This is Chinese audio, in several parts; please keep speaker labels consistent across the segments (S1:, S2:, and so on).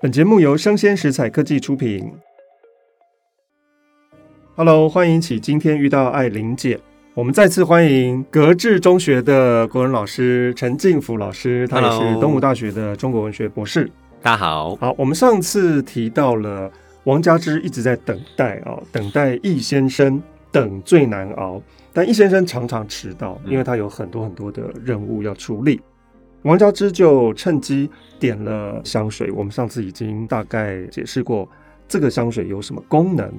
S1: 本节目由生鲜食材科技出品。Hello，欢迎起今天遇到艾琳姐。我们再次欢迎格致中学的国文老师陈进福老师，他也是
S2: Hello
S1: 东吴大学的中国文学博士。
S2: 大家好，
S1: 好，我们上次提到了王家之一直在等待哦，等待易先生，等最难熬。但易先生常常迟到，因为他有很多很多的任务要处理。王家之就趁机点了香水，我们上次已经大概解释过这个香水有什么功能。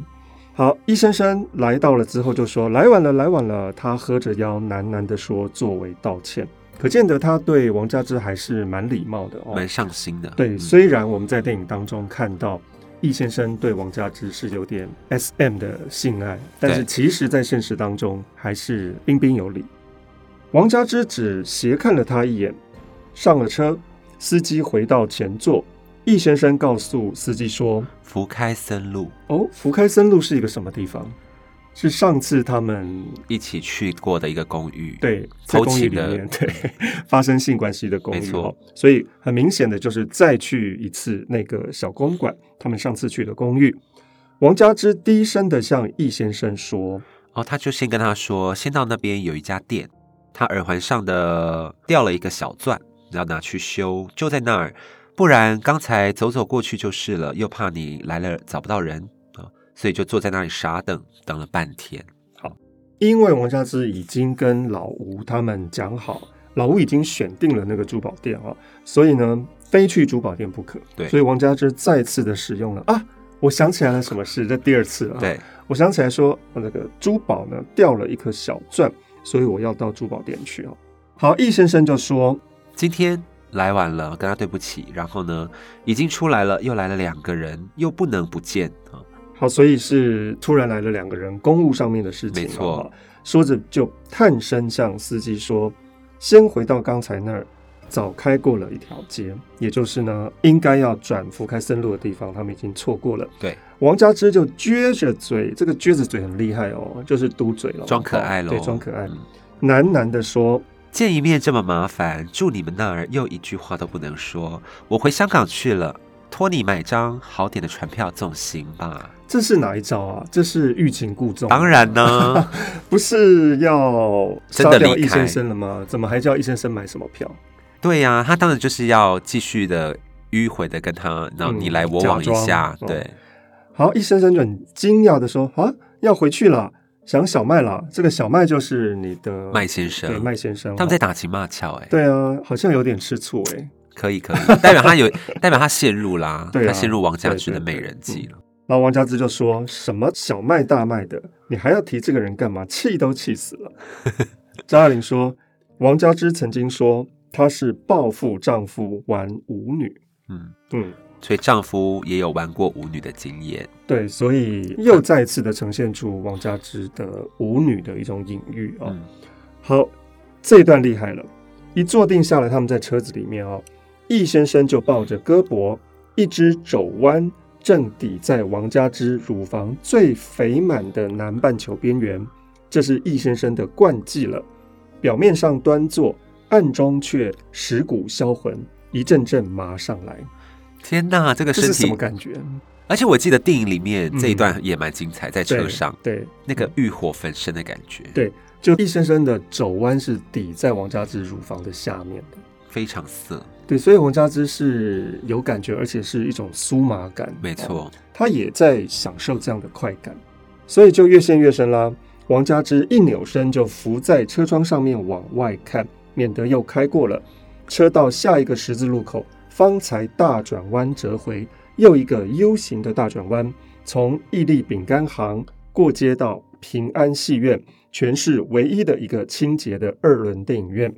S1: 好，易先生来到了之后就说：“来晚了，来晚了。”他喝着腰，喃喃地说，作为道歉。可见得他对王家之还是蛮礼貌的哦，
S2: 蛮上心的。
S1: 对，
S2: 嗯
S1: 虽然我们在电影当中看到易先生对王佳芝是有点 S M 的性爱，但是
S2: 对
S1: 其实在现实当中还是彬彬有礼。王佳芝只斜看了他一眼，上了车，司机回到前座。易先生告诉司机说
S2: 福开森路：“
S1: 哦，福开森路是一个什么地方？是上次他们
S2: 一起去过的一个公寓，，
S1: 对，在
S2: 偷
S1: 公寓
S2: 情
S1: 里
S2: 的
S1: 面 对发生性关系的公
S2: 没
S1: 寓
S2: 错
S1: 哦，所以很明显的就是再去一次那个小公馆，他们上次去的公寓。王佳芝低声的向易先生说
S2: 哦，他就先跟他说，先到那边有一家店，他耳环上的掉了一个小钻，要拿去修，就在那儿，不然刚才走走过去就是了，又怕你来了找不到人啊、所以就坐在那里傻等，等了半天。：“
S1: 因为王佳芝已经跟老吴他们讲好，老吴已经选定了那个珠宝店啊、所以呢，非去珠宝店不可。
S2: 对
S1: 所以王佳芝再次的使用了啊，我想起来了什么事，这第二次了、啊。
S2: 对，
S1: 我想起来说，哦那个珠宝呢掉了一颗小钻，所以我要到珠宝店去哦。好，易先生就说
S2: 今天来晚了，跟他对不起。然后呢，已经出来了，又来了两个人，又不能不见啊、
S1: 好，所以是突然来了两个人，公务上面的事情、哦。
S2: 没错
S1: 哈，说着就探身向司机说：“先回到刚才那儿，早开过了一条街，也就是呢，应该要转福开森路的地方，他们已经错过了。”
S2: 对，
S1: 王家之就撅着嘴，这个撅着嘴很厉害哦，就是嘟嘴了，
S2: 装可爱喽，
S1: 对，装可爱，
S2: 嗯
S1: 喃喃的说：“
S2: 见一面这么麻烦，住你们那儿又一句话都不能说。我回香港去了，托你买张好点的船票总行吧？
S1: 这是哪一招啊？这是欲擒故纵。
S2: 当然，呢，
S1: 不是要杀
S2: 真的
S1: 掉
S2: 离
S1: 易先
S2: 开
S1: 生了吗？怎么还叫易先生买什么票？
S2: 对呀、他当然就是要继续的迂回的跟他，然后
S1: 嗯
S2: 你来我往一
S1: 假
S2: 下，
S1: 装哦
S2: 对，
S1: 好，易先生就很惊讶的说：“啊，要回去了，想小麦了。这个小麦就是你的
S2: 麦先生
S1: 对麦先生。
S2: 他们在打情骂俏、哎，
S1: 对啊，好像有点吃醋哎、
S2: 可以可以，代表 他有，代表他陷入啦，
S1: 对啊
S2: 他陷入王家
S1: 对
S2: 之的
S1: 对
S2: 美
S1: 对
S2: 人计了。
S1: 然后王家之就说什么小麦大麦的，你还要提这个人干嘛？气都气死 了。张爱玲说，王家之曾经说她是报复丈夫玩舞女。
S2: 嗯，
S1: 嗯，
S2: 所以丈夫也有玩过舞女的经验，
S1: 对，所以又再次的呈现出王佳芝的舞女的一种隐喻哦。
S2: 嗯，
S1: 好，这一段厉害了，一坐定下来，他们在车子里面哦，易先生就抱着胳膊，一只肘弯正抵在王佳芝乳房最肥满的南半球边缘，这是易先生的惯技了。表面上端坐，暗中却蚀骨销魂，一阵阵麻上来，
S2: 天哪，这个
S1: 这
S2: 身
S1: 是什
S2: 体
S1: 么感觉？
S2: 而且我记得电影里面这一
S1: 嗯
S2: 段也蛮精彩，在车上
S1: 对。对
S2: 那个欲火焚身的感觉，
S1: 对就易先生的肘弯是抵在王佳芝乳房的下面的，
S2: 非常色，
S1: 对，所以王佳芝是有感觉，而且是一种酥麻感，
S2: 没
S1: 哦，
S2: 错，
S1: 她也在享受这样的快感，所以就越陷越深啦。王佳芝一扭身就伏在车窗上面往外看，免得又开过了。车到下一个十字路口，方才大转弯折回，又一个 U 型的大转弯，从屹立饼干行过街到平安戏院，全市唯一的一个清洁的二轮电影院。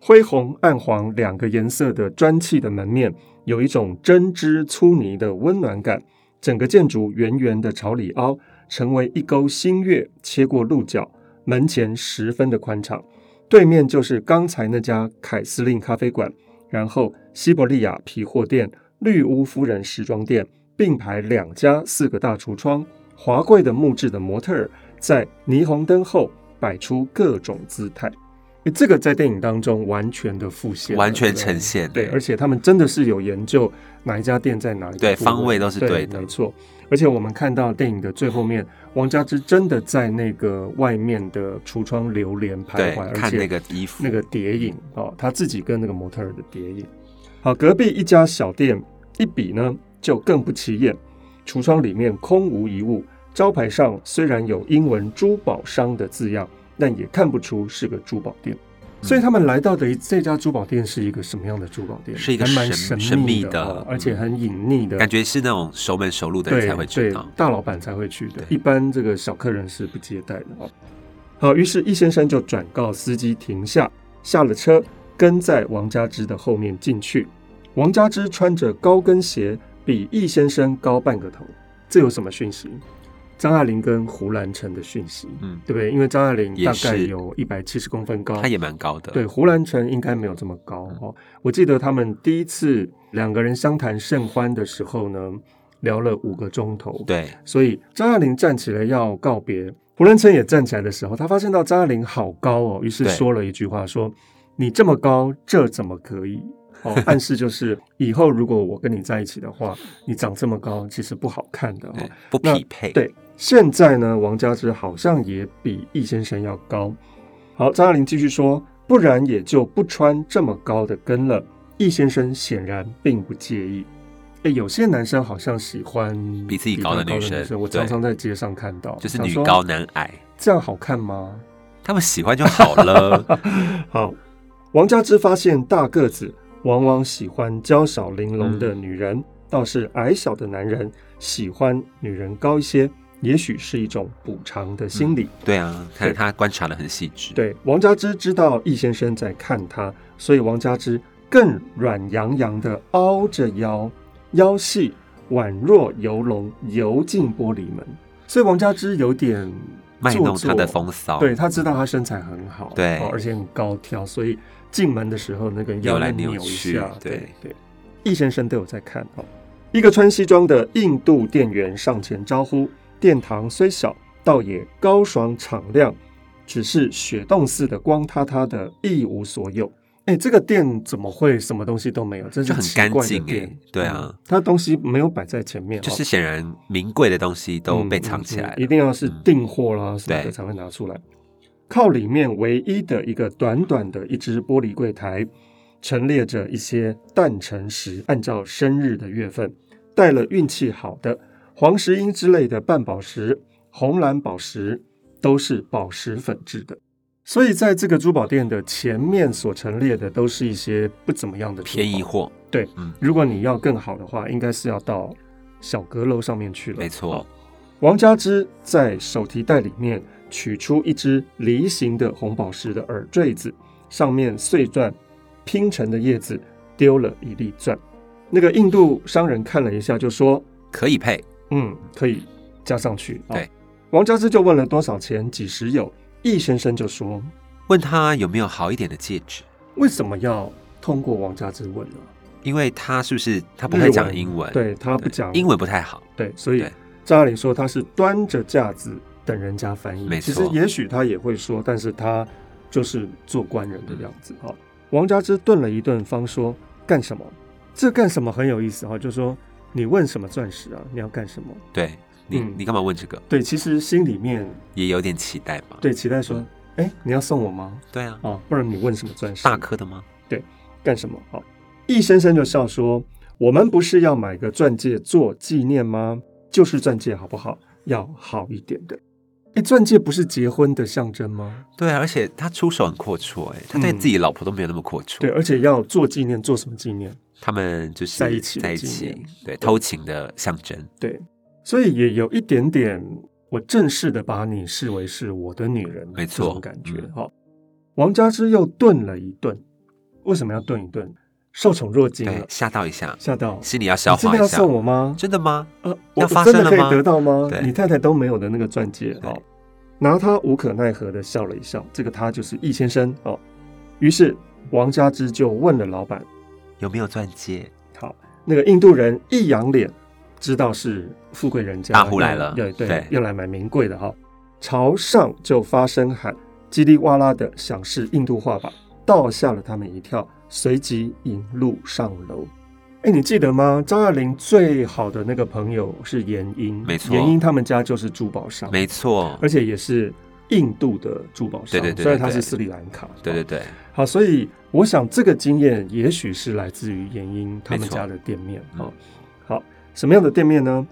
S1: 灰红、暗黄两个颜色的砖砌的门面，有一种针织粗泥的温暖感。整个建筑圆圆的朝里凹，成为一钩新月，切过鹿角。门前十分的宽敞，对面就是刚才那家凯司令咖啡馆，然后西伯利亚皮货店、绿屋夫人时装店并排两家四个大橱窗。华贵的木质的模特儿在霓虹灯后摆出各种姿态。诶这个在电影当中完全的复现了，
S2: 完全
S1: 对
S2: 呈现。
S1: 对，而且他们真的是有研究哪一家店在哪里，
S2: 对方位都是
S1: 对
S2: 对的
S1: 没错。而且我们看到电影的最后面，王佳芝真的在那个外面的橱窗流连徘徊，
S2: 对，
S1: 而
S2: 看
S1: 且
S2: 那个衣服，
S1: 那个谍影哦，他自己跟那个模特儿的谍影。好，隔壁一家小店一比呢，就更不起眼，橱窗里面空无一物，招牌上虽然有英文“珠宝商”的字样，但也看不出是个珠宝店。
S2: 嗯
S1: 所以他们来到的这家珠宝店是一个什么样的珠宝店？
S2: 是一个
S1: 还蛮神
S2: 神
S1: 秘
S2: 神秘的嗯
S1: 哦而且很隐匿的
S2: 感觉是那种熟门熟路的人
S1: 对
S2: 才会知
S1: 对
S2: 道。
S1: 大老板才会去的，
S2: 对
S1: 一般这个小客人是不接待的哦。好，于是易先生就转告司机停下，下了车，跟在王佳芝的后面进去。王佳芝穿着高跟鞋，比易先生高半个头，这有什么讯息？张爱玲跟胡兰成的讯息，
S2: 嗯，
S1: 对不对？因为张爱玲
S2: 也
S1: 大
S2: 是
S1: 概有一百七十公分高，
S2: 他也蛮高的。嗯
S1: 对，胡兰成应该没有这么高哦。我记得他们第一次两个人相谈甚欢的时候呢，聊了五个钟头。，
S2: 对，
S1: 所以张爱玲站起来要告别，胡兰成也站起来的时候，他发现到张爱玲好高哦，于是
S2: 对
S1: 说了一句话说：“你这么高，这怎么可以？” 哦，暗示就是以后如果我跟你在一起的话，你长这么高其实不好看的哦。
S2: 对不
S1: 那
S2: 匹配。
S1: 对，现在呢，王佳芝好像也比易先生要高。好，张爱玲继续说，不然也就不穿这么高的跟了。易先生显然并不介意。哎，有些男生好像喜欢
S2: 比自己
S1: 他
S2: 高的女
S1: 生，
S2: 生
S1: 我
S2: 对
S1: 常常在街上看到，
S2: 就是
S1: 想
S2: 女
S1: 说
S2: 高，男矮，
S1: 这样好看吗？
S2: 他们喜欢就好 了。
S1: 好，王佳芝发现大个子往往喜欢娇小玲珑
S2: 嗯
S1: 的女人，倒是矮小的男人喜欢女人高一些，也许是一种补偿的心理。
S2: 对啊，看来他观察的很细致。，
S1: 对，王佳芝知道易先生在看他，所以王佳芝更软洋洋的凹着腰，腰细宛若游龙游进玻璃门。所以王佳芝有点
S2: 卖
S1: 做
S2: 弄他的
S1: 作
S2: 风骚。
S1: 对他知道他身材很好，
S2: 对
S1: 哦而且很高挑，所以进门的时候那个腰
S2: 扭来
S1: 会扭
S2: 扭
S1: 一
S2: 去
S1: 下，
S2: 对
S1: 对。易先生都有在看哦。一个穿西装的印度店员上前招呼，殿堂虽小，倒也高爽敞亮，只是雪洞似的光塌塌的，一无所有。哎，这个店怎么会什么东西都没有？真是
S2: 就很
S1: 奇
S2: 干
S1: 怪的
S2: 净哎
S1: 店
S2: 对啊
S1: 嗯它东西没有摆在前面哦，
S2: 就是显然名贵的东西都被藏起
S1: 嗯
S2: 来了
S1: 嗯嗯一定要是订货啦什么的
S2: 对
S1: 才会拿出来。靠里面唯一的一个短短的一只玻璃柜台，陈列着一些淡橙石，按照生日的月份，带了运气好的黄石英之类的半宝石、红蓝宝石，都是宝石粉质的。所以，在这个珠宝店的前面所陈列的都是一些不怎么样的珠宝
S2: 便宜货。
S1: 对，
S2: 嗯
S1: 如果你要更好的话，应该是要到小阁楼上面去了。
S2: 没错
S1: 好。王佳芝在手提袋里面取出一只梨形的红宝石的耳坠子，上面碎钻拼成的叶子丢了一粒钻。那个印度商人看了一下，就说
S2: 可以配，：“
S1: 嗯，可以加上去。啊
S2: 对，
S1: 王佳芝就问了多少钱，几时有？易先生就说
S2: 问他有没有好一点的戒指，：“
S1: 为什么要通过王佳芝问呢？
S2: 因为他是不是他
S1: 他
S2: 不太讲英文，
S1: 对他不
S2: 对
S1: 讲
S2: 英文不太好，
S1: 对，所以
S2: 对
S1: 张爱玲说她是端着架子等人家翻译。
S2: 没
S1: 其
S2: 错
S1: 实也许她也会说，但是她就是做官人的样子
S2: 嗯
S1: 啊、王佳芝顿了一顿，方说干什么？这干什么很有意思哈、就说你问什么钻石啊？你要干什么？
S2: 对你
S1: 嗯
S2: 你干嘛问这个？
S1: 对，其实心里面
S2: 也有点期待嘛。
S1: 对期待
S2: 嗯
S1: 说，哎、你要送我吗？
S2: 对啊，
S1: 啊，不然你问什么钻石？
S2: 大颗的吗？
S1: 干什么？好，易先生就笑说：“我们不是要买个钻戒做纪念吗？就是钻戒好不好？要好一点的。哎，钻戒不是结婚的象征吗？
S2: 对啊，而且他出手很阔绰，哎，他对
S1: 嗯
S2: 自己老婆都没有那么阔绰。
S1: 对，而且要做纪念，做什么纪念？
S2: 他们就是
S1: 在一起的
S2: 在一
S1: 纪
S2: 起
S1: 念，
S2: 对偷情的象征。
S1: 对，所以也有一点点，我正式的把你视为是我的女人，
S2: 没错
S1: 这种感觉
S2: 嗯
S1: 哈、王佳芝又顿了一顿，为什么要顿一顿？受宠若惊
S2: 对
S1: 了，，
S2: 吓到一下，
S1: 吓到。
S2: 心里要
S1: 你
S2: 消
S1: 真
S2: 化
S1: 的要
S2: 一下。
S1: 送我吗？
S2: 真的吗？
S1: 呃，
S2: 那
S1: 我
S2: 发
S1: 真
S2: 生
S1: 的可
S2: 了
S1: 以
S2: 吗
S1: 得到吗
S2: 对？
S1: 你太太都没有的那个钻戒
S2: 对
S1: 哦。然后他无可奈何的笑了一笑，这个他就是易先生哦。于是王佳芝就问了老板，
S2: 有没有钻戒？
S1: 好，那个印度人一扬脸，知道是富贵人家
S2: 大户来了
S1: 对对，
S2: 对
S1: 要来买名贵的哈、朝上就发声喊，叽里哇啦的想是印度话吧，倒吓了他们一跳，随即引路上楼。哎，你记得吗？张爱玲最好的那个朋友是严英，
S2: 没错
S1: 严英他们家就是珠宝商，
S2: 没错，
S1: 而且也是印度的珠宝商，
S2: 对对对
S1: 虽然他是
S2: 对
S1: 斯里兰卡，
S2: 对对对，
S1: 好，所以我想这个经验也许是来自于延英他们
S2: 没错
S1: 家的店面。
S2: 嗯
S1: 哦，好，什么样的店面呢？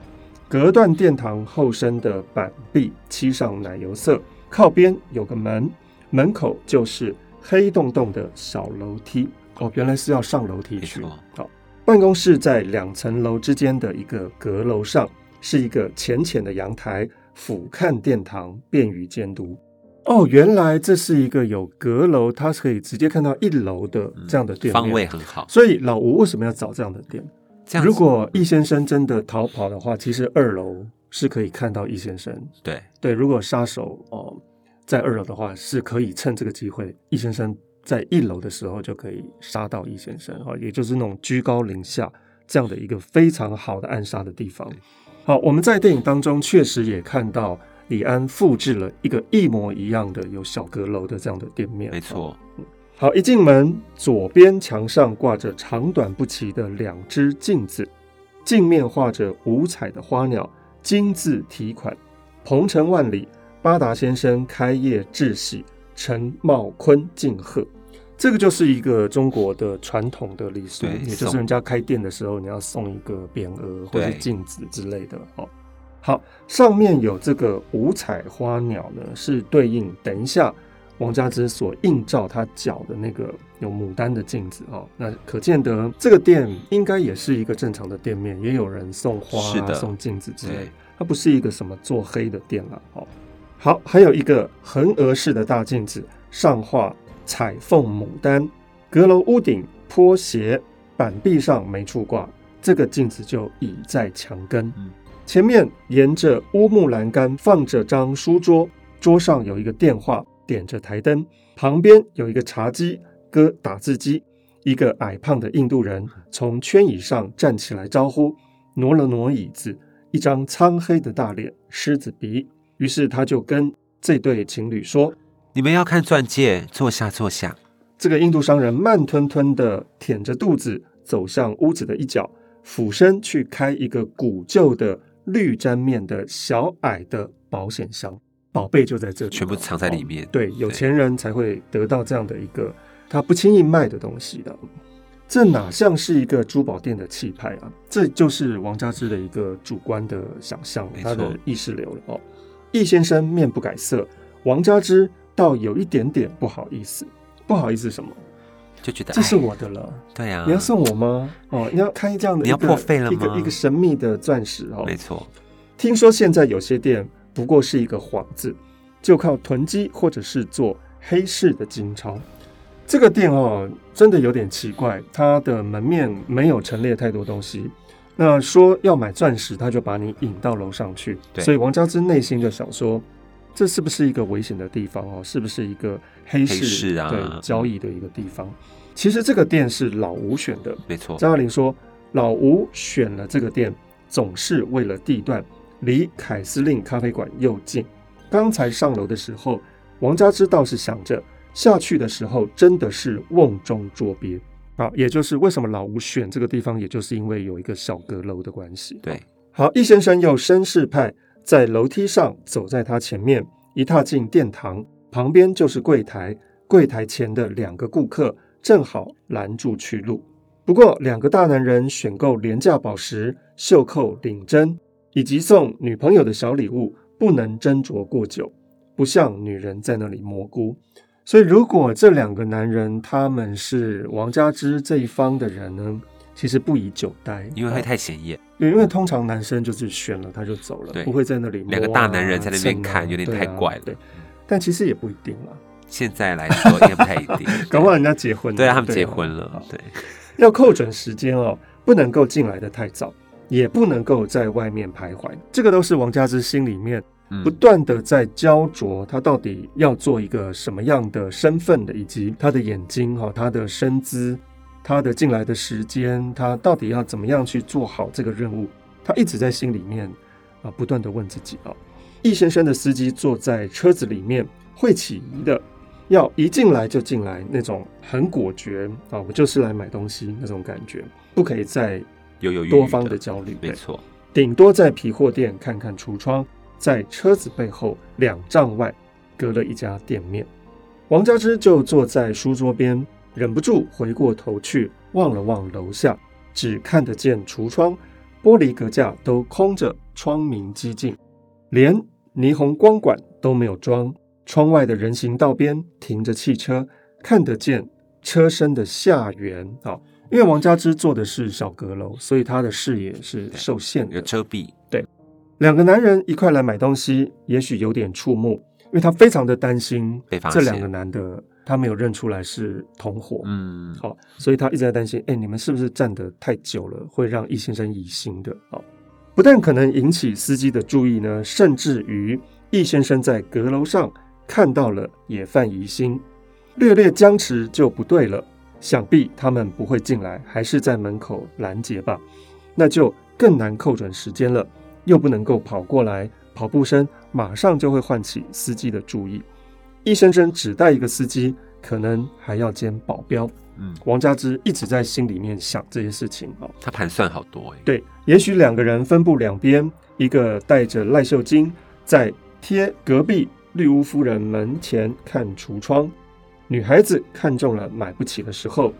S1: 隔断殿堂后身的板壁漆上奶油色，靠边有个门，门口就是黑洞洞的小楼梯。哦，原来是要上楼梯去
S2: 没错。
S1: 好，办公室在两层楼之间的一个阁楼上，是一个浅浅的阳台，俯瞰殿堂，便于监督。哦，原来这是一个有阁楼，它是可以直接看到一楼的
S2: 嗯
S1: 这样的店面、
S2: 方位。很好。
S1: 所以老吴为什么要找这样的店？
S2: 这样子
S1: 如果易先生真的逃跑的话，其实二楼是可以看到易先生。
S2: 对
S1: 对，如果杀手哦、在二楼的话，是可以趁这个机会，易先生在一楼的时候就可以杀到易先生哦，也就是那种居高临下这样的一个非常好的暗杀的地方
S2: 对。
S1: 好，我们在电影当中确实也看到李安复制了一个一模一样的有小阁楼的这样的店面，哦
S2: 没错，
S1: 好，一进门，左边墙上挂着长短不齐的两只镜子，镜面画着五彩的花鸟，金字题款“鹏程万里，八达先生开业致喜，陈茂坤敬贺”。这个就是一个中国的传统的礼俗，
S2: 对
S1: 也就是
S2: 送
S1: 人家开店的时候，你要送一个匾额或
S2: 对
S1: 是镜子之类的哦。好，上面有这个五彩花鸟呢，是对应等一下王家之所映照他脚的那个有牡丹的镜子哦。那可见得这个店应该也是一个正常的店面，也有人送花、
S2: 是
S1: 啊、
S2: 的
S1: 送镜子之类
S2: 对
S1: 的，它不是一个什么做黑的店了、哦。好，还有一个横额式的大镜子，上画彩凤牡丹，阁楼屋顶坡斜，板壁上没处挂，这个镜子就倚在墙根。
S2: 嗯
S1: 前面沿着乌木栏杆放着张书桌，桌上有一个电话，点着台灯，旁边有一个茶几，搁打字机。一个矮胖的印度人从圈椅上站起来招呼，挪了挪椅子，一张苍黑的大脸，狮子鼻。于是他就跟这对情侣说：“
S2: 你们要看钻戒，坐下坐下。
S1: 这个印度商人慢吞吞地舔着肚子走向屋子的一角，俯身去开一个古旧的绿毡面的小矮的保险箱，宝贝就在这里，
S2: 全部藏在里面
S1: 哦对，有钱人才会得到这样的一个他不轻易卖的东西的。这哪像是一个珠宝店的气派啊？这就是王家之的一个主观的想象，
S2: 没
S1: 他
S2: 错
S1: 的意识流了哦。易先生面不改色，王家之倒有一点点不好意思。不好意思，什么？
S2: 就觉得
S1: 这是
S2: 哎
S1: 我的了，
S2: 对啊，
S1: 你要送我吗？哦，你要开这样的一个，
S2: 你要破费了吗
S1: 一个一个神秘的钻石哦
S2: 没。错，
S1: 听说现在有些店不过是一个幌子，就靠囤积或者是做黑市的金钞。这个店哦，真的有点奇怪，它的门面没有陈列太多东西。那说要买钻石，他就把你引到楼上去。
S2: 对
S1: 所以王家之内心就想说，这是不是一个危险的地方哦？是不是一个黑市
S2: 黑市啊
S1: 对交易的一个地方？其实这个店是老吴选的，
S2: 没错，
S1: 张爱玲说：“老吴选了这个店，总是为了地段，离凯司令咖啡馆又近。刚才上楼的时候，王家之倒是想着下去的时候真的是瓮中捉鳖啊，也就是为什么老吴选这个地方，也就是因为有一个小阁楼的关系。
S2: 对，
S1: 好，易先生又绅士派，在楼梯上走在他前面，一踏进殿堂，旁边就是柜台，柜台前的两个顾客正好拦住去路。不过，两个大男人选购廉价宝石、袖扣、领针，以及送女朋友的小礼物，不能斟酌过久，不像女人在那里蘑菇。所以，如果这两个男人他们是王家之这一方的人呢，其实不宜久待，
S2: 因为
S1: 啊
S2: 会太显眼，
S1: 对，因为通常男生就是选了他就走了，
S2: 对
S1: 不会在那里摸啊、
S2: 两个大男人在那边
S1: 蹭啊
S2: 看有点
S1: 对啊
S2: 太怪了
S1: 对，但其实也不一定啦。啊
S2: 现在来说应该不
S1: ，
S2: 太一定
S1: 搞不好人家结婚了，
S2: 对啊，他们结
S1: 哦
S2: 婚了，对，
S1: 要扣准时间哦，不能够进来的太早，也不能够在外面徘徊，这个都是王家之心里面
S2: 嗯
S1: 不断的在焦灼，他到底要做一个什么样的身份的，以及他的眼睛哈、他的身姿，他的进来的时间，他到底要怎么样去做好这个任务，他一直在心里面啊、不断的问自己啊、易先生的司机坐在车子里面，会起疑的，要一进来就进来那种很果决啊、我就是来买东西那种感觉，不可以再
S2: 犹犹豫豫
S1: 多方的焦虑，
S2: 没
S1: 对
S2: 错，
S1: 顶多在皮货店看看橱窗，在车子背后两丈外隔了一家店面。王家之就坐在书桌边，忍不住回过头去望了望楼下，只看得见橱窗，玻璃隔架都空着，窗明几净，连霓虹光管都没有装。窗外的人行道边停着汽车，看得见车身的下缘啊、因为王家之坐的是小阁楼，所以他的视野是受限的。
S2: 有遮蔽，
S1: 两个男人一块来买东西，也许有点触目，因为他非常的担心
S2: 被发
S1: 这
S2: 现
S1: 两个男的，他没有认出来是同伙。
S2: 嗯，
S1: 好、所以他一直在担心，哎，你们是不是站得太久了，会让易先生疑心的？好、不但可能引起司机的注意呢，甚至于易先生在阁楼上看到了也犯疑心，略略僵持就不对了。想必他们不会进来，还是在门口拦截吧？那就更难扣准时间了，又不能够跑过来，跑步声马上就会唤起司机的注意。易先生只带一个司机，可能还要兼保镖。
S2: 嗯，
S1: 王家之一直在心里面想这些事情啊、哦。
S2: 他盘算好多哎，
S1: 对，也许两个人分布两边，一个带着赖秀晶在贴隔壁绿屋夫人门前看橱窗，女孩子看中了买不起的时候，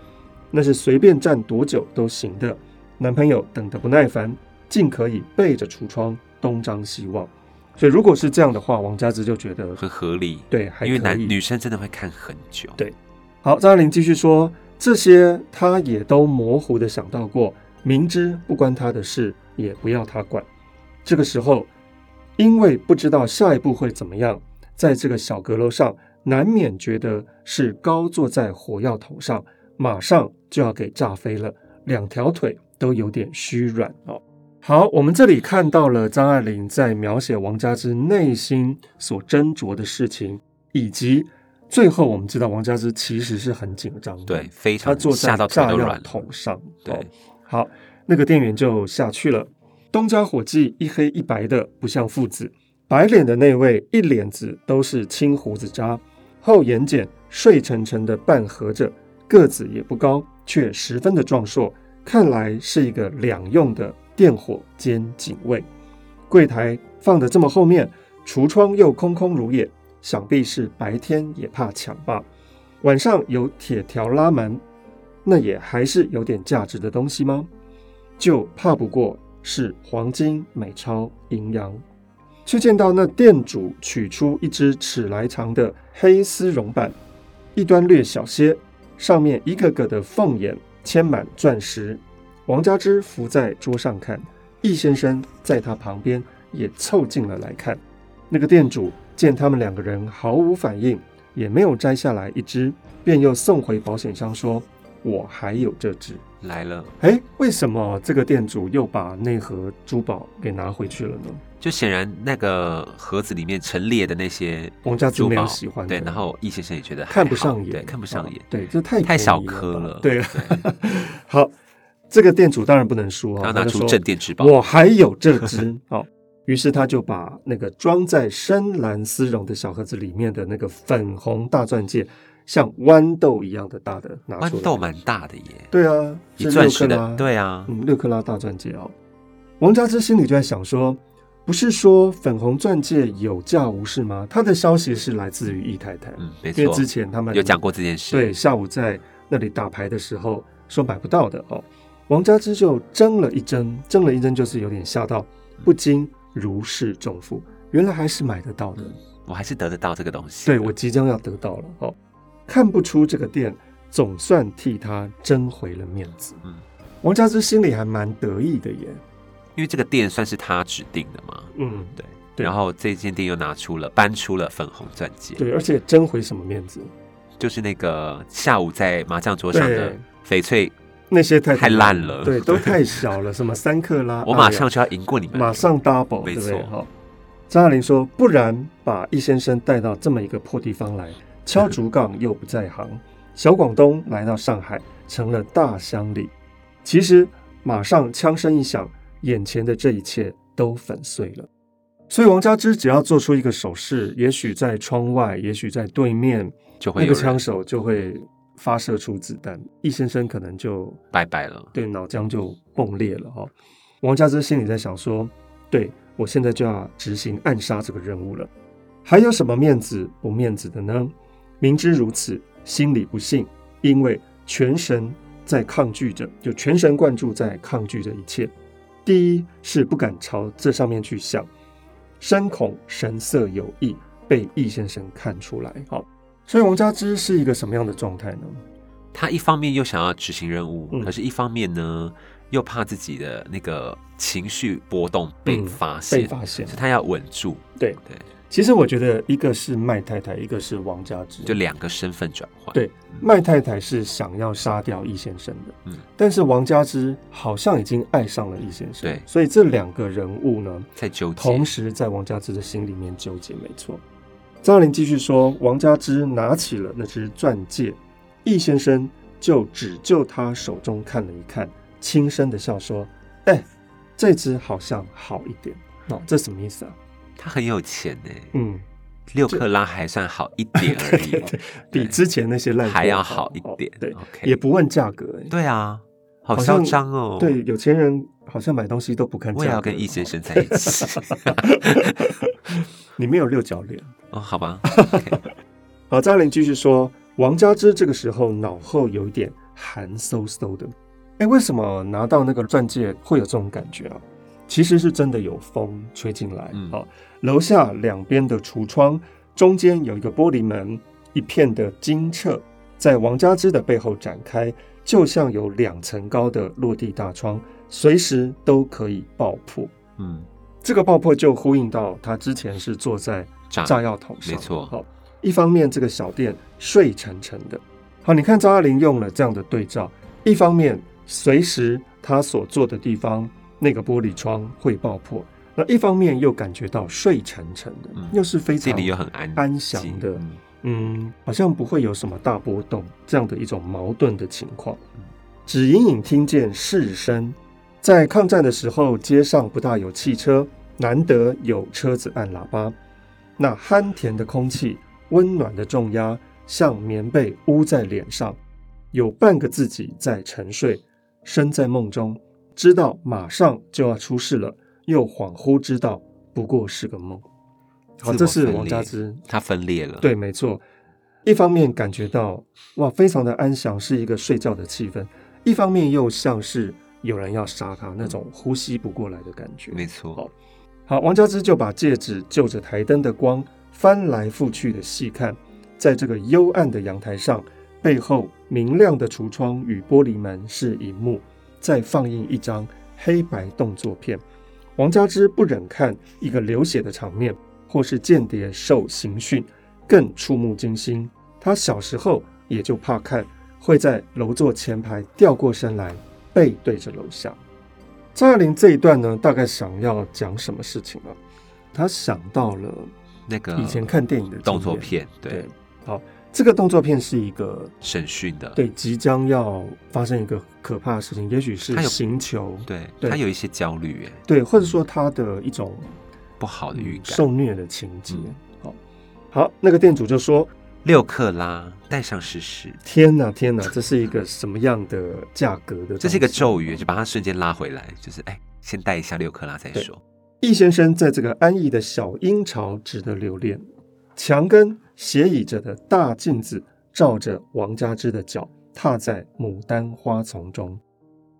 S1: 那是随便站多久都行的。男朋友等得不耐烦，尽可以背着橱窗东张西望。所以如果是这样的话，王家之就觉得
S2: 很合理，
S1: 对，还可以
S2: 因为男女生真的会看很久，
S1: 对好，张爱玲继续说，这些她也都模糊的想到过，明知不关她的事，也不要她管。这个时候，因为不知道下一步会怎么样，在这个小阁楼上，难免觉得是高坐在火药桶上，马上就要给炸飞了，两条腿都有点虚软哦。好，我们这里看到了张爱玲在描写王家之内心所斟酌的事情，以及最后我们知道王家之其实是很紧张的，
S2: 对，，非
S1: 他
S2: 常
S1: 坐在
S2: 吓到腿
S1: 炸
S2: 都
S1: 药
S2: 软了，
S1: 桶上。
S2: 对
S1: 哦，好，那个店员就下去了。东家伙计一黑一白的，不像父子。白脸的那位一脸子都是青胡子渣，后眼睑睡沉沉的半合着，个子也不高，却十分的壮硕，看来是一个两用的电火兼警卫。柜台放的这么后面，橱窗又空空如也，想必是白天也怕抢吧。晚上有铁条拉门，那也还是有点价值的东西吗？就怕不过是黄金、美钞、银洋。却见到那店主取出一只尺来长的黑丝绒板，一端略小些，上面一个个的凤眼嵌满钻石。王家之伏在桌上看，易先生在他旁边也凑近了来看。那个店主见他们两个人毫无反应，也没有摘下来一只，便又送回保险箱说：“我还有这只。
S2: 来了，”
S1: 哎，为什么这个店主又把那盒珠宝给拿回去了呢？
S2: 就显然那个盒子里面陈列的那些
S1: 王家之
S2: 珠
S1: 没有
S2: 宝，
S1: 喜欢的
S2: 对，然后易先生也觉得还
S1: 看不
S2: 好
S1: 上眼，
S2: 对，看不上
S1: 啊
S2: 眼，
S1: 对，这太
S2: 太
S1: 便宜
S2: 小
S1: 吧
S2: 颗了，
S1: 对， 好，这个店主当然不能输啊，
S2: 他拿
S1: 就
S2: 出
S1: 说
S2: 镇店之宝，
S1: 我还有这 只哦。于是他就把那个装在深蓝丝绒的小盒子里面的那个粉红大钻戒，像豌豆一样的大的拿出
S2: 豌
S1: 来。
S2: 豆？蛮大的耶，
S1: 对啊，
S2: 以
S1: 是
S2: 钻
S1: 六
S2: 石
S1: 克
S2: 的，
S1: 拉。
S2: 对啊，
S1: 嗯，六克拉大钻戒哦。王家之心里就在想说，不是说粉红钻戒有价无市吗？他的消息是来自于易太太，
S2: 嗯，没
S1: 因为
S2: 错，
S1: 之前他们
S2: 有讲过这件事，
S1: 对，，下午在那里打牌的时候说买不到的哦。王家之就怔了一怔，怔了一怔，就是有点吓到，不禁如释重负，原来还是买得到的。
S2: 我还是得得到这个东西，
S1: 对我即将要得到了哦，看不出这个店总算替他争回了面子。
S2: 嗯
S1: 王家之心里还蛮得意的耶。
S2: 因为这个店算是他指定的嘛，
S1: 嗯，
S2: 对，
S1: 对
S2: 然后这间店又拿出了搬出了粉红钻戒，
S1: 对，而且争回什么面子？
S2: 就是那个下午在麻将桌上的
S1: 对，
S2: 翡翠，
S1: 那些太
S2: 太烂了
S1: 对，都太小了，什么三克拉，
S2: 我马上就要赢过你
S1: 啊哎马
S2: 们。
S1: 上 double，
S2: 哎
S1: 对
S2: 没
S1: 不对？
S2: 错
S1: 哈，张爱玲说，不然把易先生带到这么一个破地方来，敲竹杠又不在行。小广东来到上海，成了大乡里。其实马上枪声一响，眼前的这一切都粉碎了。所以王佳芝只要做出一个手势，也许在窗外，也许在对面，
S2: 就会
S1: 那
S2: 有
S1: 个枪
S2: 人
S1: 手就会发射出子弹，易先生可能就
S2: 拜拜了，
S1: 对脑浆就迸裂了哦。王家之心里在想说，对我现在就要执行暗杀这个任务了，还有什么面子不面子的呢？明知如此，心里不信，因为全神在抗拒着，就全神贯注在抗拒着一切。第一是不敢朝这上面去想，深恐神色有异，被易先生看出来。好、所以王家之是一个什么样的状态呢？
S2: 他一方面又想要执行任务，
S1: 嗯
S2: 可是一方面呢又怕自己的那个情绪波动被
S1: 嗯
S2: 发现，
S1: 被发现
S2: 所以，他要稳住，
S1: 对
S2: 对，
S1: 其实我觉得一个是麦太太，一个是王家之。
S2: 就两个身份转换。
S1: 对，麦太太是想要杀掉易先生的，
S2: 嗯
S1: 但是王家之好像已经爱上了易先生，
S2: 对
S1: 所以这两个人物呢，
S2: 在纠结，
S1: 同时在王家之的心里面纠结，没错。张爱玲继续说，王家之拿起了那只钻戒，易先生就只就他手中看了一看，轻声的笑说：“哎，这只好像好一点。”哦，这什么意思啊？
S2: 他很有钱呢、
S1: 嗯，
S2: 六克拉还算好一点而
S1: 对
S2: 已
S1: 对，比之前那些烂货
S2: 还要好一点
S1: 哦对
S2: OK
S1: 也不问价格、哎
S2: 对啊，好
S1: 好
S2: 嚣
S1: 像
S2: 张哦。
S1: 对，，有钱人好像买东西都不看价格。
S2: 我也要跟易先生在一起
S1: 你没有六角脸。
S2: 哦，好吧。OK
S1: 好，张爱玲继续说，王佳芝这个时候脑后有一点寒飕飕的。哎，为什么拿到那个钻戒会有这种感觉啊？其实是真的有风吹进来。
S2: 嗯
S1: 好，楼下两边的橱窗中间有一个玻璃门，一片的金澈，在王佳芝的背后展开，就像有两层高的落地大窗，随时都可以爆破。
S2: 嗯，
S1: 这个爆破就呼应到他之前是坐在
S2: 炸
S1: 炸药桶上，
S2: 没错
S1: 好，一方面这个小店睡沉沉的，好，你看张爱玲用了这样的对照，一方面随时她所坐的地方那个玻璃窗会爆破，那一方面又感觉到睡沉沉的，
S2: 嗯
S1: 又是非
S2: 这
S1: 常
S2: 里又很安
S1: 安详
S2: 静
S1: 的
S2: 嗯
S1: 嗯，好像不会有什么大波动这样的一种矛盾的情况
S2: 嗯。
S1: 只隐隐听见士声，在抗战的时候，街上不大有汽车，难得有车子按喇叭。那酣甜的空气，温暖的重压，像棉被捂在脸上，有半个自己在沉睡，身在梦中，知道马上就要出事了，又恍惚知道不过是个梦。好，
S2: 自
S1: 这
S2: 我
S1: 是
S2: 分
S1: 王
S2: 裂
S1: 家之
S2: 他分裂了。，
S1: 对，没错。一方面感觉到哇，非常的安详，是一个睡觉的气氛；一方面又像是有人要杀他那种呼吸不过来的感觉。
S2: 没错
S1: 好。好，王家之就把戒指就着台灯的光翻来覆去的细看，在这个幽暗的阳台上，背后明亮的橱窗与玻璃门是一幕，再放映一张黑白动作片。王家之不忍看一个流血的场面，或是间谍受刑讯，更触目惊心。他小时候也就怕看，会在楼座前排掉过身来，背对着楼下。张爱玲这一段呢，大概想要讲什么事情啊？她想到了
S2: 那个
S1: 以前看电影的经验
S2: 呃动作，片，对，，
S1: 好，这个动作片是一个
S2: 审讯的，
S1: 对即将要发生一个可怕的事情，也许是
S2: 它有
S1: 刑求，
S2: 对，
S1: 对
S2: 他有一些焦虑，哎，
S1: 对，或者说他的一种
S2: 不好的预
S1: 嗯
S2: 感。
S1: 受虐的情节
S2: 嗯。
S1: 好，好，那个店主就说
S2: 六克拉带上试试：“，
S1: 天哪，天哪，这是一个什么样的价格的东西？
S2: 这是一个咒语，就把他瞬间拉回来，就是哎，先带一下六克拉再
S1: 对
S2: 说。
S1: 易先生在这个安逸的小阴巢值得留恋。墙根斜倚着的大镜子照着王佳芝的脚，踏在牡丹花丛中。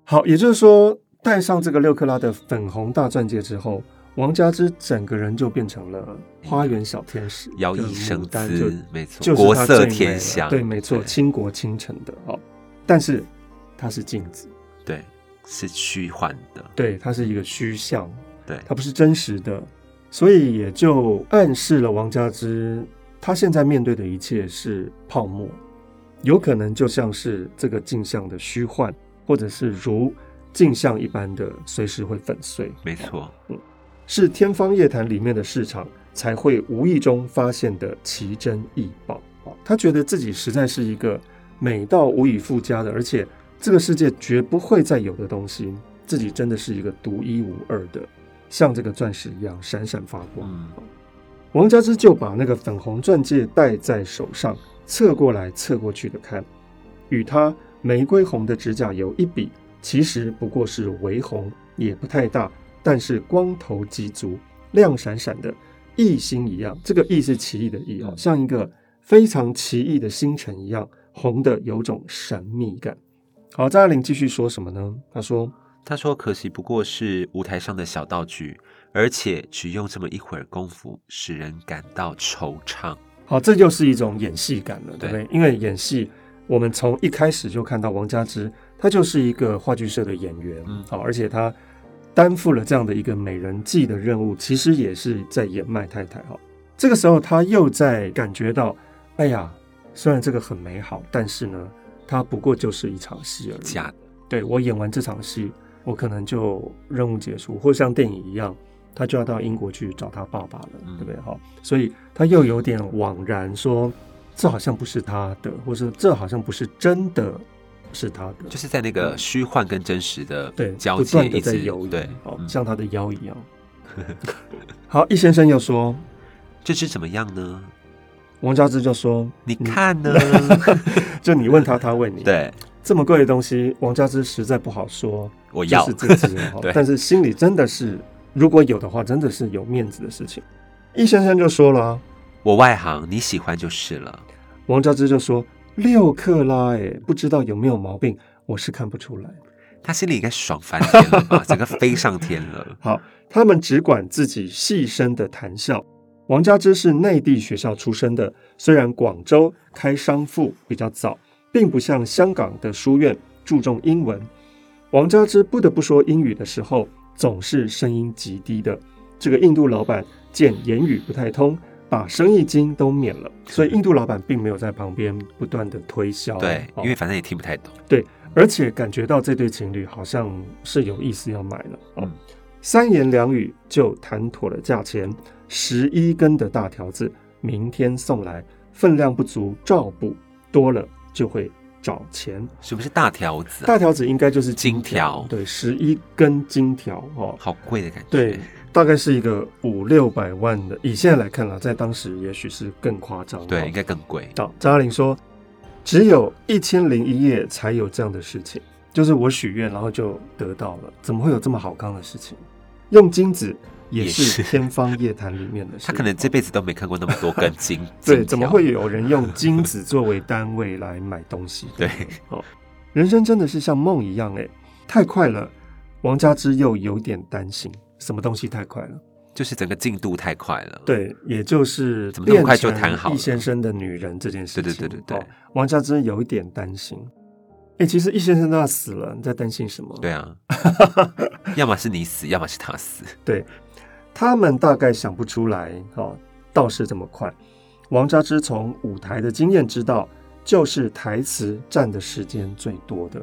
S1: 好，也就是说，戴上这个六克拉的粉红大钻戒之后，王佳芝整个人就变成了花园小天使，
S2: 摇
S1: 就
S2: 曳
S1: 是
S2: 生
S1: 牡丹就
S2: 姿，没错，
S1: 就是
S2: 国
S1: 它
S2: 色
S1: 最美
S2: 天
S1: 了
S2: 香，
S1: 对，没错，倾国倾城的哦。但是它是镜子，
S2: 对，是虚幻的，
S1: 对，它是一个虚像，
S2: 对
S1: 它不是真实的，所以也就暗示了王佳芝，她现在面对的一切是泡沫，有可能就像是这个镜像的虚幻，或者是如镜像一般的随时会粉碎。
S2: 没错，
S1: 是《天方夜谭》里面的市场才会无意中发现的奇珍异宝。啊他觉得自己实在是一个美到无以复加的，而且这个世界绝不会再有的东西，自己真的是一个独一无二的，像这个钻石一样闪闪发光。
S2: 嗯
S1: 王佳芝就把那个粉红钻戒戴在手上，侧过来侧过去的看，与她玫瑰红的指甲油一比，其实不过是微红，也不太大，但是光头极足，亮闪闪的，异星一样。这个异是奇异的异哦，
S2: 嗯
S1: 像一个非常奇异的星辰一样，红的有种神秘感。好，张爱玲继续说什么呢？她说
S2: 他说：“可惜不过是舞台上的小道具，而且只用这么一会儿功夫，使人感到惆怅。
S1: 好，这就是一种演戏感了，对
S2: 对
S1: 不对？因为演戏，我们从一开始就看到王佳芝，她就是一个话剧社的演员，
S2: 嗯
S1: 好，而且她担负了这样的一个美人计的任务，其实也是在演麦太太。哈，这个时候她又在感觉到，哎呀，虽然这个很美好，但是呢，它不过就是一场戏而已。
S2: 假的
S1: 对我演完这场戏，我可能就任务结束，或像电影一样，他就要到英国去找他爸爸了，
S2: 嗯
S1: 对不对？哈，所以他又有点惘然说，这好像不是他的，或是这好像不是真的是他的，
S2: 就是在那个虚幻跟真实的
S1: 嗯对，
S2: 交
S1: 不
S2: 界
S1: 断的
S2: 一
S1: 在
S2: 直
S1: 游移，
S2: 对，
S1: 哦，
S2: 嗯
S1: 像他的腰 一样。好，易先生又说，
S2: 这只怎么样
S1: 嗯
S2: 呢？
S1: 王家之就说，
S2: 你看 呢？
S1: 就你问他，他问你，，
S2: 对，
S1: 这么贵的东西，王家之实在不好说，
S2: 我
S1: 就
S2: 要
S1: 是这只哦
S2: 对
S1: 但是心里真的是，如果有的话，真的是有面子的事情。易先生就说了啊，
S2: 我外行，你喜欢就是了。
S1: 王家之就说六克拉，哎，不知道有没有毛病，我是看不出来。
S2: 他心里应该爽翻天了 吧？整个飞上天了。
S1: 好，他们只管自己细声的谈笑。王家之是内地学校出身的，虽然广州开商埠比较早，并不像香港的书院注重英文。王家之不得不说英语的时候，总是声音极低的。这个印度老板见言语不太通，把生意经都免了，所以印度老板并没有在旁边不断的推销。
S2: 对，
S1: 哦
S2: 因为反正也听不太懂。
S1: 而且感觉到这对情侣好像是有意思要买了。哦
S2: 嗯
S1: 三言两语就谈妥了价钱，十一根的大条子明天送来，分量不足照补，多了就会找 钱。
S2: 什么是大条子、啊？
S1: 大条子应该就是金
S2: 金条
S1: 对，十一根金条 哦，
S2: 好贵的感觉。
S1: 对，大概是一个五六百万的，以现在来看了，在当时也许是更夸张。
S2: 对，
S1: 哦
S2: 应该更贵。
S1: 到张爱玲说，只有一千零一夜才有这样的事情，就是我许愿然后就得到了，怎么会有这么好康的事情？用金子也是
S2: 也是
S1: 《天方夜谭》里面的事，。
S2: 他可能这辈子都没看过那么多根筋
S1: 对
S2: 金
S1: 怎么
S2: 条
S1: 会有人用金子作为单位来买东西？
S2: 对，
S1: 哦，人生真的是像梦一样哎，太快了。王佳芝又有点担心，什么东西太快了？
S2: 就是整个进度太快了。，
S1: 对，也就是
S2: 怎么那么快就
S1: 变成
S2: 谈好了
S1: 易先生的女人这件事情，
S2: 对对对对对
S1: 哦王家之有一点担心。哎、其实易先生都要死了，你在担心什么？
S2: 对 啊，要么是你死，要么是他死。
S1: 他们大概想不出来哦，倒是这么快。王家之从舞台的经验知道，就是台词占的时间最多的，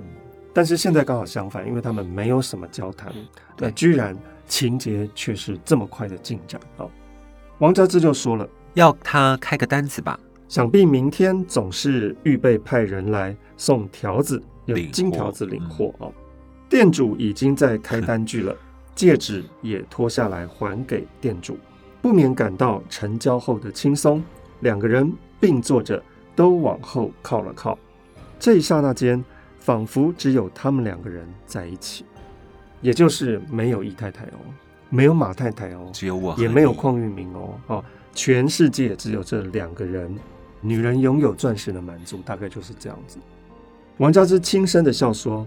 S1: 但是现在刚好相反，因为他们没有什么交谈，那
S2: 嗯对
S1: 居然情节却是这么快的进展哦。王家之就说了。
S2: 要他开个单子吧，
S1: 想必明天总是预备派人来送条子，有
S2: 领货
S1: 金条子领货哦。店主已经在开单据了，戒指也脱下来还给店主，不免感到成交后的轻松。两个人并坐着，都往后靠了靠。这一刹那间，仿佛只有他们两个人在一起，也就是没有易太太哦，没有马太太哦，
S2: 只有我和
S1: 也没有
S2: 你
S1: 邝玉明哦，哦，全世界只有这两个人，女人拥有钻石的满足，大概就是这样子。王家之轻声的笑说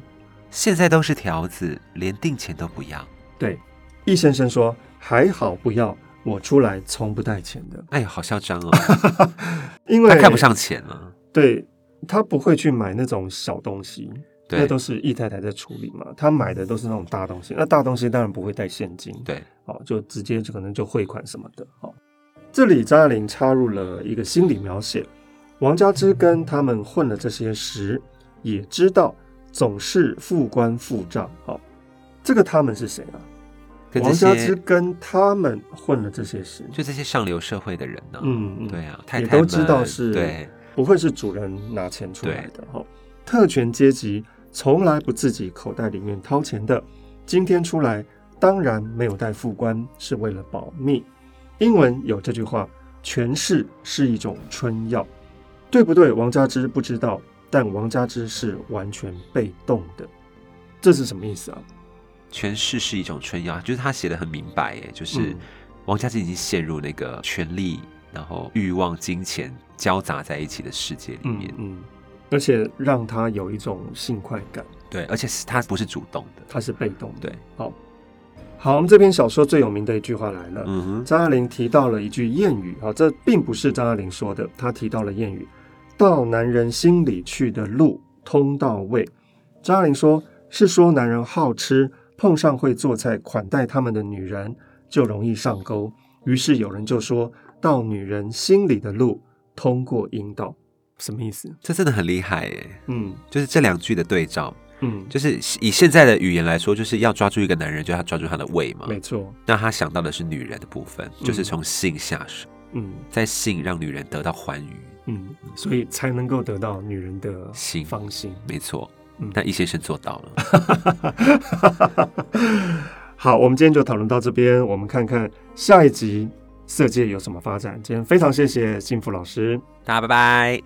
S2: 现在都是条子，连定钱都不要。：“
S1: 对，易先生说还好不要，我出来从不带钱的，
S2: 哎呀，好嚣张哦！
S1: 因为
S2: 他看不上钱了。啊
S1: 对他不会去买那种小东西，
S2: 对
S1: 那都是易太太在处理嘛。她买的都是那种大东西，那大东西当然不会带现金，
S2: 对，
S1: 哦，就直接就可能就汇款什么的。哦，这里张爱玲插入了一个心理描写：王佳芝跟他们混了这些时，也知道总是副官付账。哦，这个他们是谁啊？
S2: 跟
S1: 王
S2: 这
S1: 佳芝
S2: 些
S1: 跟他们混了这些时，
S2: 就这些上流社会的人呢、
S1: 嗯嗯，
S2: 对啊，太
S1: 也
S2: 太
S1: 都知道
S2: 们
S1: 是
S2: 对
S1: 不会是主人拿钱出来的哈。特权阶级从来不自己口袋里面掏钱的，今天出来当然没有带副官，是为了保密。英文有这句话：“权势是一种春药。”对不对？王佳芝不知道，但王佳芝是完全被动的，这是什么意思啊？
S2: 权势是一种春药，就是他写的很明白，哎，就是
S1: 嗯
S2: 王家之已经陷入那个权力，然后欲望、金钱交杂在一起的世界里面，
S1: 嗯，而且让他有一种性快感。
S2: 对，而且是他不是主动的，
S1: 它是被动的。
S2: 对，
S1: 好，好，我们这篇小说最有名的一句话来了。
S2: 嗯哼，
S1: 张爱玲提到了一句谚语啊，这并不是张爱玲说的，她提到了谚语：“到男人心里去的路通到位。”张爱玲说，是说男人好吃，碰上会做菜款待他们的女人，就容易上钩。于是有人就说到女人心里的路通过阴道，什么意思？
S2: 这真的很厉害，哎，
S1: 嗯
S2: 就是这两句的对照，
S1: 嗯，
S2: 就是以现在的语言来说，就是要抓住一个男人，就要抓住他的胃嘛。
S1: 嗯没错，
S2: 那他想到的是女人的部分，就是从性下手，
S1: 嗯。
S2: 在性让女人得到欢愉，
S1: 嗯，所以才能够得到女人的
S2: 心
S1: 芳心。
S2: 没错
S1: 嗯。
S2: 那易先生做到了，
S1: 好，我们今天就讨论到这边，我们看看下一集色戒有什么发展。今天非常谢谢幸福老师。
S2: 大家拜拜。